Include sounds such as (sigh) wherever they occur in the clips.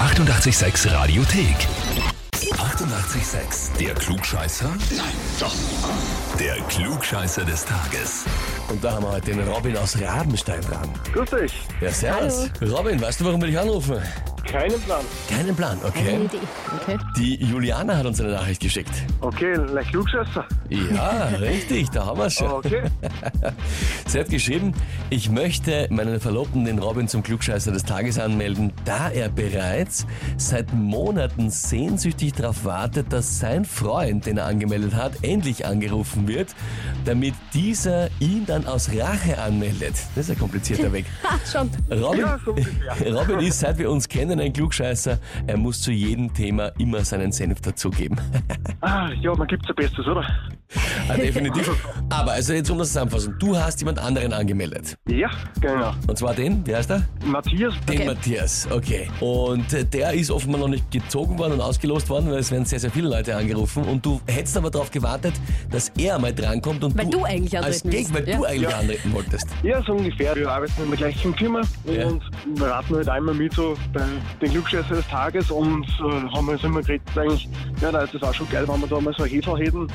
886 Radiothek. 88,6. Der Klugscheißer? Nein, doch. Der Klugscheißer des Tages. Und da haben wir heute den Robin aus Rabenstein dran. Grüß dich. Ja, servus. Robin, weißt du, warum wir dich anrufen? Keinen Plan. Keinen Plan, okay. Idee. Okay. Die Juliana hat uns eine Nachricht geschickt. Okay, leicht Klugscheißer. (laughs) Ja, richtig, da haben wir schon. Okay. Sie hat geschrieben, ich möchte meinen Verlobten, den Robin, zum Klugscheißer des Tages anmelden, da er bereits seit Monaten sehnsüchtig darauf wartet, dass sein Freund, den er angemeldet hat, endlich angerufen wird, damit dieser ihn dann aus Rache anmeldet. Das ist ein komplizierter Weg. Ha, schon. Robin, Ja, so (laughs) ungefähr. Robin ist, seit wir uns kennen, ein Klugscheißer. Er muss zu jedem Thema immer seinen Senf dazugeben. (laughs) Ah, ja, man gibt's ja Bestes, oder? Ah, (laughs) definitiv. Aber also jetzt um das zusammenfassen. Du hast jemand anderen angemeldet. Ja, genau. Und zwar den, wie heißt er? Matthias, Den Okay. Matthias, okay. Und äh, der ist offenbar noch nicht gezogen worden und ausgelost worden, weil es werden sehr, sehr viele Leute angerufen. Und du hättest aber darauf gewartet, dass er mal drankommt und Weil du eigentlich als antreten Gegner, weil willst, du ja. eigentlich antreten wolltest. ja, so ungefähr. Wir arbeiten in der gleichen Firma Ja. und raten halt einmal mit so bei den Glücksscheißer des Tages und äh, haben uns immer geredet, eigentlich, ja, da ist es auch schon geil, wenn wir da mal so Hefer hätten.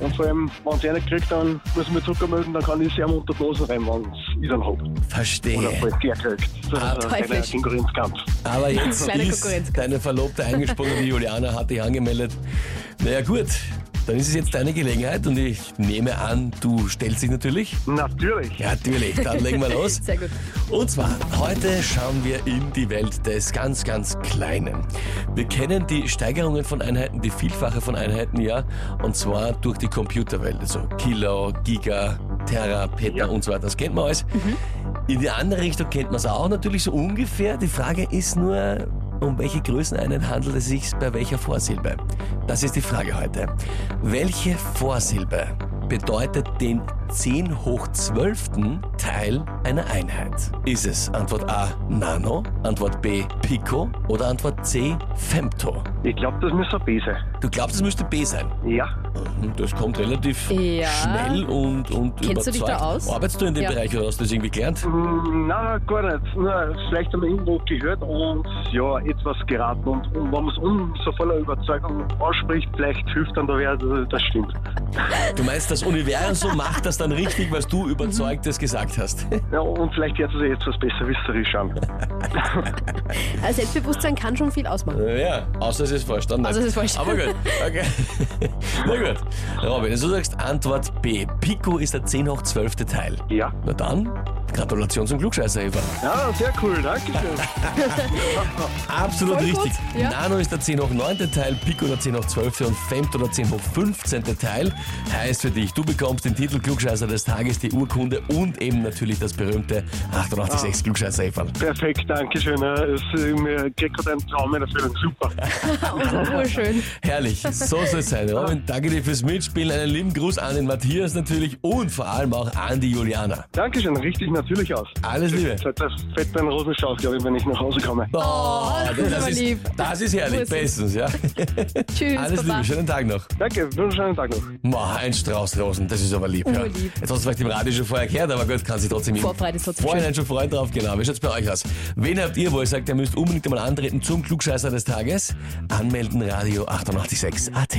und vor allem, wenn sie einer kriegt, dann müssen wir zurückmelden, dann kann ich sie einmal unter die Nase rein, wenn ich dann hab. Oder Verstehe. falls der kriegt. So, Ah, das ist ein kleiner teuflisch. Konkurrenzkampf. (laughs) Aber jetzt Kleiner ist Konkurrenz. deine Verlobte eingesprungen, die Juliana hat dich angemeldet. Naja gut, dann ist es jetzt deine Gelegenheit und ich nehme an, du stellst dich natürlich. Natürlich. Ja, natürlich, dann legen wir los. (laughs) Sehr gut. Und zwar, heute schauen wir in die Welt des ganz, ganz Kleinen. Wir kennen die Steigerungen von Einheiten, die Vielfache von Einheiten, ja, und zwar durch die Computerwelt, also Kilo, Giga, Terra, Peta Ja. und so weiter, das kennt man alles. Mhm. In die andere Richtung kennt man es auch natürlich so ungefähr. Die Frage ist nur, um welche Größeneinheit handelt es sich bei welcher Vorsilbe? Das ist die Frage heute. Welche Vorsilbe bedeutet den 10 hoch 12. Teil einer Einheit? Ist es Antwort A Nano, Antwort B Pico oder Antwort C Femto? Ich glaube, das müsste ein B sein. Du glaubst, es müsste B sein. Ja. Mhm, Das kommt relativ Ja. schnell und, und überzeugt. Kennst du dich da aus? Arbeitest du in dem Ja. Bereich oder hast du das irgendwie gelernt? Mm, Na, gar nicht. Nur vielleicht haben wir irgendwo gehört und ja, etwas geraten. Und, und wenn man es um so voller Überzeugung ausspricht, vielleicht hilft dann da wer, das das stimmt. Du meinst, das Universum macht das dann richtig, was du überzeugtes gesagt hast. Ja, und vielleicht hört es sich jetzt was besserwisserisch an. Also Selbstbewusstsein kann schon (laughs) viel ausmachen. Ja, außer es ist verstanden. Außer es ist falsch. Aber gut, okay. Na gut. Robin, also du sagst Antwort B. Pico ist der 10 hoch 12. Teil. Ja. Na dann, Gratulation zum Klugscheißer, Eva. Ja, sehr cool, danke schön. Absolut Voll gut, richtig. ja. Nano ist der 10 hoch 9. Teil, Pico der 10 hoch 12. und Femto der 10 hoch 15. Teil. Heißt für dich, du bekommst den Titel Klugscheißer des Tages, die Urkunde und eben natürlich das berühmte Ah. 886 klugscheißer Eva. Perfekt, danke schön. Ja, Es äh, mir kriegt gerade einen Traum in Erfüllung. Super. Oh, schön. Herrlich, so soll es (laughs) sein. Robin, danke dir fürs Mitspielen. Einen lieben Gruß an den Matthias natürlich und vor allem auch an die Juliana. Dankeschön, richtig natürlich aus. Alles Liebe. Das hat das fett beim Rosenstrauß, glaube ich, wenn ich nach Hause komme. Oh, das ist aber ist, lieb. das ist herrlich, Grüß dich. bestens, ja. Tschüss, Alles Baba. Liebe, schönen Tag noch. Danke, wunderschönen Tag noch. Ma, ein Strauß Rosen, das ist aber lieb. Ja. Urlieb. Jetzt hast du vielleicht im Radio schon vorher gehört, aber gut, kann sich trotzdem im Vorfreude ist trotzdem Vorhinein schon Freude drauf, genau. Wie schaut's bei euch aus? Wen habt ihr, wo ihr sagt, ihr müsst unbedingt einmal antreten zum Klugscheißer des Tages? Anmelden, Radio 886 AT.